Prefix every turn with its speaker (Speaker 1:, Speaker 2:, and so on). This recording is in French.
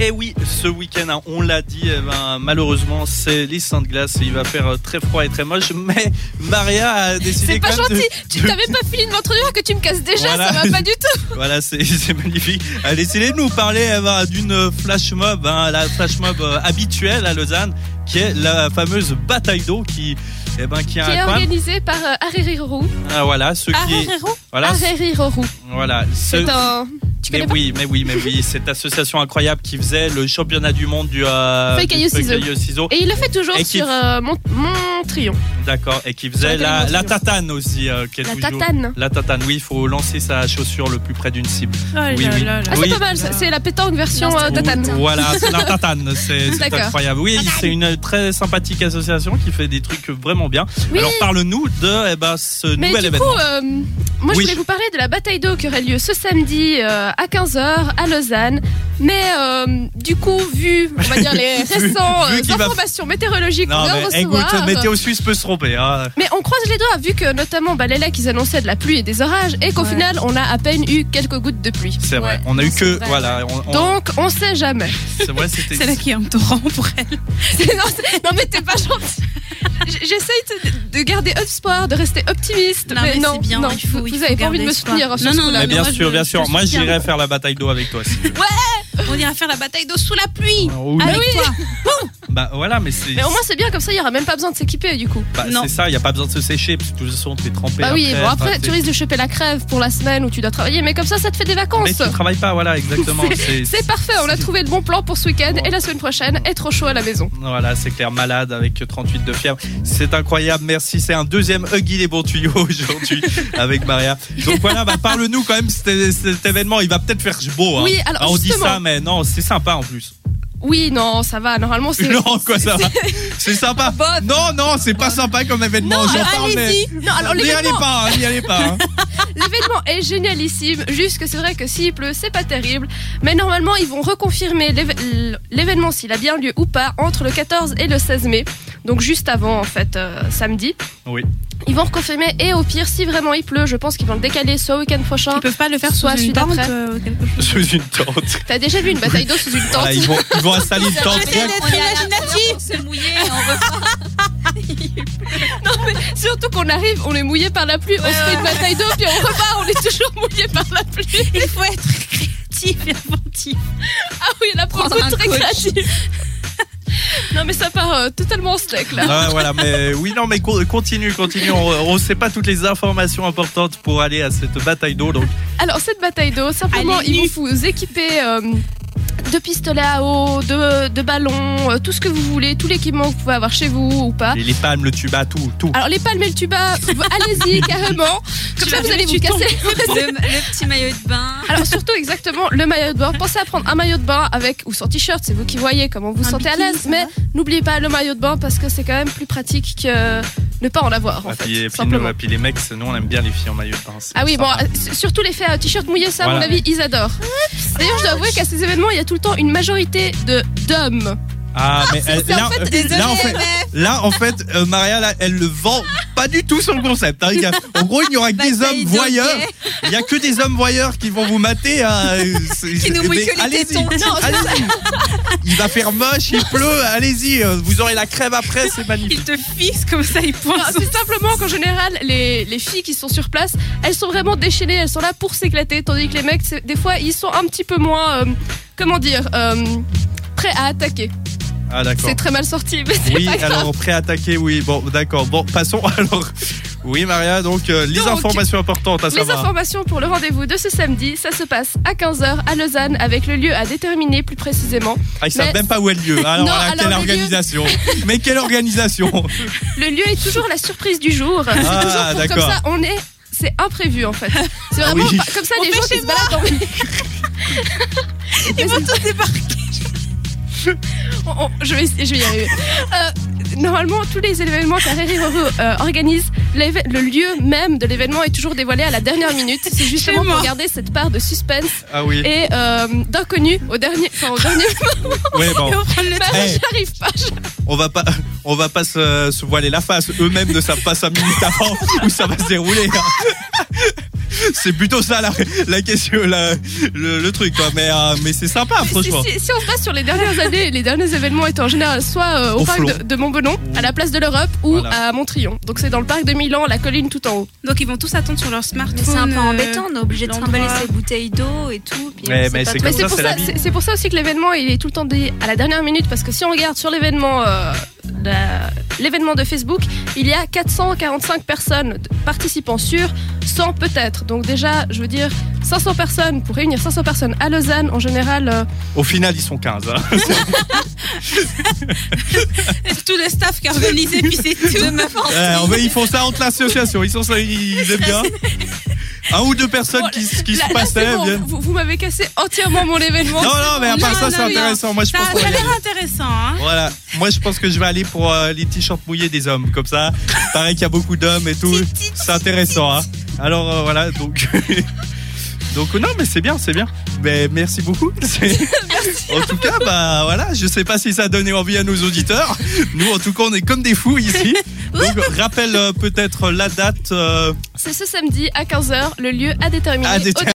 Speaker 1: Et Eh oui, ce week-end, hein, on l'a dit, eh ben, malheureusement, c'est les Saintes Glaces et il va faire euh, très froid et très moche. Mais Maria a décidé.
Speaker 2: C'est pas
Speaker 1: quand même de-
Speaker 2: gentil. Tu
Speaker 1: de-
Speaker 2: t'avais pas fini de m'introduire que tu me casses déjà,
Speaker 1: Voilà.
Speaker 2: ça va pas du tout.
Speaker 1: Voilà, c'est c'est magnifique. Elle a décidé de nous parler eh ben, d'une flash mob, hein, la flash mob euh, habituelle à Lausanne, qui est la fameuse bataille d'eau qui, eh ben, qui a
Speaker 2: Qui est
Speaker 1: un coin.
Speaker 2: organisé par euh, Areriroru.
Speaker 1: Ah, voilà, ce qui est,
Speaker 2: Areriroru.
Speaker 1: voilà, ce-
Speaker 2: Areriroru.
Speaker 1: voilà, ce-
Speaker 2: C'est un. Tu
Speaker 1: Mais
Speaker 2: connais pas
Speaker 1: oui, mais oui, mais oui, cette association incroyable qui faisait le championnat du monde du euh,
Speaker 2: Feuille,
Speaker 1: du
Speaker 2: caillou, ciseaux.
Speaker 1: ciseaux.
Speaker 2: Et il le fait toujours
Speaker 1: Et qui-
Speaker 2: sur euh, mon, mon Trion.
Speaker 1: D'accord, et qui faisait
Speaker 2: Sur la
Speaker 1: la,
Speaker 2: télévision.
Speaker 1: la tatane aussi. euh, qui est
Speaker 2: hein. La
Speaker 1: toujours-
Speaker 2: tatane.
Speaker 1: La tatane, oui, il faut lancer sa chaussure le plus près d'une cible.
Speaker 3: Ah
Speaker 1: Oui,
Speaker 3: là
Speaker 1: oui.
Speaker 3: là là.
Speaker 2: Ah, c'est
Speaker 1: Oui.
Speaker 2: pas mal, ça, c'est la pétanque version euh, tatane.
Speaker 1: Ou- Voilà, c'est la tatane, c'est c'est
Speaker 2: D'accord.
Speaker 1: incroyable. Oui, c'est une très sympathique association qui fait des trucs vraiment bien.
Speaker 2: Oui.
Speaker 1: Alors parle-nous de eh ben, ce
Speaker 2: Mais
Speaker 1: nouvel
Speaker 2: du
Speaker 1: événement.
Speaker 2: coup, euh, moi
Speaker 1: Oui.
Speaker 2: je voulais vous parler de la bataille d'eau qui aurait lieu ce samedi euh, à 15h à Lausanne. Mais euh, du coup, vu on va dire les
Speaker 1: Vu-
Speaker 2: récents
Speaker 1: vu
Speaker 2: euh,
Speaker 1: qu'il va-
Speaker 2: informations météorologiques qu'on
Speaker 1: non
Speaker 2: vient de
Speaker 1: mais écoute,
Speaker 2: recevoir, euh,
Speaker 1: Météo Suisse peut se tromper. hein.
Speaker 2: Mais on croise les doigts, vu que notamment bah, les lacs ils annonçaient de la pluie et des orages, et qu'au
Speaker 3: Ouais.
Speaker 2: final on a à peine eu quelques gouttes de pluie.
Speaker 1: C'est vrai,
Speaker 3: Ouais,
Speaker 1: on a eu
Speaker 3: c'est
Speaker 1: que
Speaker 3: vrai.
Speaker 1: voilà. on- on-
Speaker 2: Donc on sait jamais.
Speaker 1: c'est vrai, c'était.
Speaker 3: Ah, C'est là qu'il y a un torrent pour elle.
Speaker 2: non, c'est- non, mais t'es pas gentil. J- J'essaye de, de garder espoir, de rester optimiste.
Speaker 3: Non, mais c'est bien,
Speaker 2: non,
Speaker 3: il faut-
Speaker 2: vous,
Speaker 3: il
Speaker 2: vous
Speaker 3: faut
Speaker 2: avez pas envie de
Speaker 3: garder
Speaker 2: me
Speaker 3: espoir.
Speaker 2: soutenir. sur
Speaker 3: Non,
Speaker 2: ce
Speaker 3: non,
Speaker 2: coup-là,
Speaker 1: Mais
Speaker 3: mais
Speaker 1: bien
Speaker 3: moi, je-
Speaker 1: sûr, bien
Speaker 3: je
Speaker 1: sûr. Moi,
Speaker 3: soutiens.
Speaker 1: j'irai faire la bataille d'eau avec toi. si tu veux.
Speaker 3: On ira faire la bataille d'eau sous la pluie.
Speaker 1: Oh, oui.
Speaker 3: Avec toi.
Speaker 1: Bah voilà, mais c'est
Speaker 2: Ah Mais au moins c'est bien comme ça, il y aura même pas besoin de s'équiper du coup.
Speaker 1: bah,
Speaker 3: non.
Speaker 1: c'est ça. Il y a pas besoin de se sécher parce que de toute façon, t'es trempé.
Speaker 2: Bah oui, bon
Speaker 1: enfin,
Speaker 2: après
Speaker 1: t'es-
Speaker 2: tu risques de choper la crève pour la semaine où tu dois travailler, mais comme ça ça te fait des
Speaker 1: Mais
Speaker 2: vacances.
Speaker 1: tu travailles pas, voilà, exactement. C'est
Speaker 2: C'est parfait, on a trouvé le bon plan pour ce week-end
Speaker 1: Ouais.
Speaker 2: et la semaine prochaine, être au chaud à la maison.
Speaker 1: Voilà, c'est clair, malade avec 38 de fièvre. C'est incroyable, merci. C'est un deuxième Huggy les bons tuyaux aujourd'hui avec Maria. Donc voilà, bah, parle-nous quand même cet, cet événement. Il va peut-être faire beau. Hein.
Speaker 2: Oui, alors,
Speaker 1: on dit
Speaker 2: justement.
Speaker 1: ça, mais non, c'est sympa en plus.
Speaker 2: Oui, non, ça va, normalement c'est.
Speaker 1: Non, quoi, ça va. C'est sympa.
Speaker 2: Bah,
Speaker 1: Non, non, c'est pas sympa comme événement.
Speaker 2: Non,
Speaker 1: j'en
Speaker 2: alors,
Speaker 1: parle, mais-
Speaker 2: allez-y. Non, alors
Speaker 1: N'y allez
Speaker 2: l'événement,
Speaker 1: pas, hein, n'y allez pas. hein.
Speaker 2: l'événement est génialissime. Juste que c'est vrai que s'il pleut, c'est pas terrible. Mais normalement, ils vont reconfirmer l'éve- l'événement s'il a bien lieu ou pas entre le 14 et le 16 mai. Donc juste avant, en fait, euh, samedi.
Speaker 1: Oui.
Speaker 2: Ils vont reconfirmer et au pire, si vraiment il pleut, je pense qu'ils vont le décaler soit au week-end prochain.
Speaker 3: Ils peuvent pas le faire sous
Speaker 2: Soit
Speaker 3: une
Speaker 2: suite
Speaker 3: tente
Speaker 2: après.
Speaker 3: euh, ou quelque chose.
Speaker 1: Sous une tente.
Speaker 2: T'as déjà vu une bataille d'eau sous une tente
Speaker 1: Voilà, ils vont, ils vont installer une tente.
Speaker 2: Arrêtez
Speaker 1: bien-
Speaker 2: d'être imaginatif.
Speaker 3: se mouiller, on repart.
Speaker 2: Surtout qu'on arrive, on est mouillé par la pluie, on se fait une bataille d'eau, puis on repart, on est toujours mouillé par la pluie.
Speaker 3: Il faut être créatif et inventif.
Speaker 2: Ah oui, la
Speaker 3: Prendre
Speaker 2: prendre
Speaker 3: un
Speaker 2: très
Speaker 3: coach.
Speaker 2: créative. Non mais ça part euh, totalement en steak là.
Speaker 1: Ah, voilà, mais oui, non, mais co- continue, continue. On ne sait pas toutes les informations importantes pour aller à cette bataille d'eau. Donc,
Speaker 2: Alors cette bataille d'eau, simplement
Speaker 3: Allez,
Speaker 2: il vous faut équiper euh, de pistolets à eau, de, de ballons, euh, tout ce que vous voulez, tout l'équipement que vous pouvez avoir chez vous ou pas.
Speaker 1: les, les palmes, le tuba, tout, tout.
Speaker 2: Alors les palmes et le tuba, vous- allez-y carrément. Comme
Speaker 3: Tu
Speaker 2: ça
Speaker 3: vas
Speaker 2: vous allez vous
Speaker 3: jamais, tu
Speaker 2: casser.
Speaker 3: Le, petit maillot de bain.
Speaker 2: Alors surtout exactement le maillot de bain. Pensez à prendre un maillot de bain avec ou sans t-shirt, c'est vous qui voyez comment vous vous
Speaker 3: Un
Speaker 2: sentez à
Speaker 3: bikini,
Speaker 2: l'aise.
Speaker 3: ça
Speaker 2: Mais
Speaker 3: va
Speaker 2: n'oubliez pas le maillot de bain parce que c'est quand même plus pratique que ne pas en avoir en
Speaker 1: Ah,
Speaker 2: fait.
Speaker 1: puis, et puis,
Speaker 2: simplement.
Speaker 1: nous, et puis les mecs, nous on aime bien les filles en maillot de bain. c'est
Speaker 2: Ah oui, bon,
Speaker 1: sympa.
Speaker 2: euh, surtout les faits à t-shirt mouillé, ça, à mon
Speaker 1: Voilà.
Speaker 2: avis, ils adorent. D'ailleurs, je dois avouer qu'à ces événements, il y a tout le temps une majorité de d'hommes.
Speaker 1: Ah, mais elle-
Speaker 2: euh, c'est en
Speaker 1: là,
Speaker 2: fait-
Speaker 1: euh,
Speaker 2: désolée,
Speaker 1: là, en fait, là, en fait, euh, Maria, là, elle le vend pas du tout son concept. hein, les gars. En gros, il n'y aura que des hommes voyeurs. Il n'y a que des hommes voyeurs qui vont vous mater. hein, euh, c'est-
Speaker 3: Qui nous mouillent
Speaker 1: mais
Speaker 3: que les
Speaker 1: allez-y,
Speaker 3: tétons. Non, c'est
Speaker 1: allez-y. Il va faire moche, il pleut, allez-y, euh, vous aurez la crève après, c'est magnifique.
Speaker 3: Il te fixe comme ça, il
Speaker 2: Non,
Speaker 3: pense.
Speaker 2: C'est simplement qu'en général, les, les filles qui sont sur place, elles sont vraiment déchaînées, elles sont là pour s'éclater, tandis que les mecs, c'est- des fois, ils sont un petit peu moins, euh, comment dire, euh, prêts à attaquer.
Speaker 1: Ah d'accord.
Speaker 2: C'est très mal sorti, mais c'est
Speaker 1: Oui,
Speaker 2: pas grave.
Speaker 1: alors pré-attaquer, oui, bon, d'accord. Bon, passons alors. Oui, Maria, donc euh, les
Speaker 2: Donc,
Speaker 1: informations importantes à
Speaker 2: Les
Speaker 1: savoir.
Speaker 2: informations pour le rendez-vous de ce samedi, ça se passe à 15h à Lausanne avec le lieu à déterminer plus précisément.
Speaker 1: Ah, ils savent
Speaker 2: Mais-
Speaker 1: même pas où est le lieu. Ah, Alors,
Speaker 2: Non,
Speaker 1: voilà,
Speaker 2: alors,
Speaker 1: quelle
Speaker 2: le lieu-
Speaker 1: organisation Mais quelle organisation
Speaker 2: Le lieu est toujours la surprise du jour. C'est
Speaker 1: Ah,
Speaker 2: toujours pour-
Speaker 1: d'accord. Ah
Speaker 2: comme ça, on est. C'est imprévu en fait. C'est vraiment
Speaker 1: Oui.
Speaker 2: pas- comme ça
Speaker 3: On
Speaker 2: les
Speaker 3: fait
Speaker 2: gens qui
Speaker 3: chez
Speaker 2: se baladent dans-
Speaker 3: Ils vont tous débarquer.
Speaker 2: On- on- je, vais, essayer- je vais y arriver. Euh, normalement, tous les événements qu'Areri organise, l'éve- le lieu même de l'événement est toujours dévoilé à la dernière minute. C'est justement
Speaker 3: Chez moi.
Speaker 2: pour garder cette part de suspense
Speaker 1: Ah oui,
Speaker 2: et euh, d'inconnu au dernier. Enfin, au dernier.
Speaker 1: ouais, bon,
Speaker 3: Ils vont prendre le
Speaker 2: Bah,
Speaker 3: temps.
Speaker 1: Eh.
Speaker 2: J'arrive pas. je-
Speaker 1: on va pas, on va pas se, se voiler la face. Eux-mêmes ne savent pas 5 minutes avant où ça va se dérouler. hein. C'est plutôt ça la, la question, la- le, le truc. Quoi. Mais, euh, mais c'est sympa,
Speaker 2: Si,
Speaker 1: franchement.
Speaker 2: si- si on se base sur les dernières années, les derniers événements étant en général soit euh, au,
Speaker 1: Au
Speaker 2: parc
Speaker 1: Flon.
Speaker 2: de, de Montbelon, à la place de l'Europe ou
Speaker 1: Voilà.
Speaker 2: à Montrion. Donc c'est dans le parc de Milan, la colline tout en haut.
Speaker 3: Donc ils vont tous attendre sur leur smartphone.
Speaker 4: Mais c'est un peu
Speaker 3: euh,
Speaker 4: embêtant, on est obligé de
Speaker 3: l'endroit.
Speaker 4: trimballer ses bouteilles d'eau et tout. puis
Speaker 1: Ouais,
Speaker 4: on sait
Speaker 1: mais
Speaker 4: pas
Speaker 1: c'est
Speaker 4: trop.
Speaker 2: Mais
Speaker 1: Comme
Speaker 2: c'est
Speaker 1: ça,
Speaker 2: pour,
Speaker 1: c'est
Speaker 2: ça-
Speaker 1: la vie.
Speaker 2: c'est- c'est pour ça aussi que l'événement il est tout le temps dit à la dernière minute parce que si on regarde sur l'événement euh, la- l'événement de Facebook, il y a 445 personnes de- participants sur 100 peut-être. Donc déjà, je veux dire 500 personnes pour réunir 500 personnes à Lausanne en général euh,
Speaker 1: Au final, ils sont 15. hein.
Speaker 3: Tout le staff qui a organisé, puis c'est tout.
Speaker 1: Ouais, en fait, ils font ça entre l'association. Ils, sont, ça- ils aiment bien. Un ou deux personnes
Speaker 2: Bon,
Speaker 1: qui, s- qui
Speaker 2: Là-
Speaker 1: se
Speaker 2: là, c'est
Speaker 1: passaient.
Speaker 2: bon,
Speaker 1: bien.
Speaker 2: vous, vous m'avez cassé entièrement mon événement.
Speaker 1: hein. Non, non, mais à part
Speaker 3: Non,
Speaker 1: ça,
Speaker 3: non,
Speaker 1: c'est
Speaker 3: non.
Speaker 1: intéressant. Moi, je
Speaker 3: Ça,
Speaker 1: pense qu'on
Speaker 3: ça a
Speaker 1: y
Speaker 3: l'air
Speaker 1: allait.
Speaker 3: intéressant, hein.
Speaker 1: Voilà, moi je pense que je vais aller pour euh, les t-shirts mouillés des hommes, comme ça. Pareil qu'il y a beaucoup d'hommes et tout. C'est intéressant, hein. Alors euh, voilà, donc. donc non, mais c'est bien, c'est bien. Mais merci beaucoup. C'est- En tout cas, bah voilà, je sais pas si ça a donné envie à nos auditeurs. Nous, en tout cas, on est comme des fous ici. Donc rappelle euh, peut-être la date. euh,
Speaker 2: C'est ce samedi à 15h, le lieu à déterminer.
Speaker 1: À déterminer.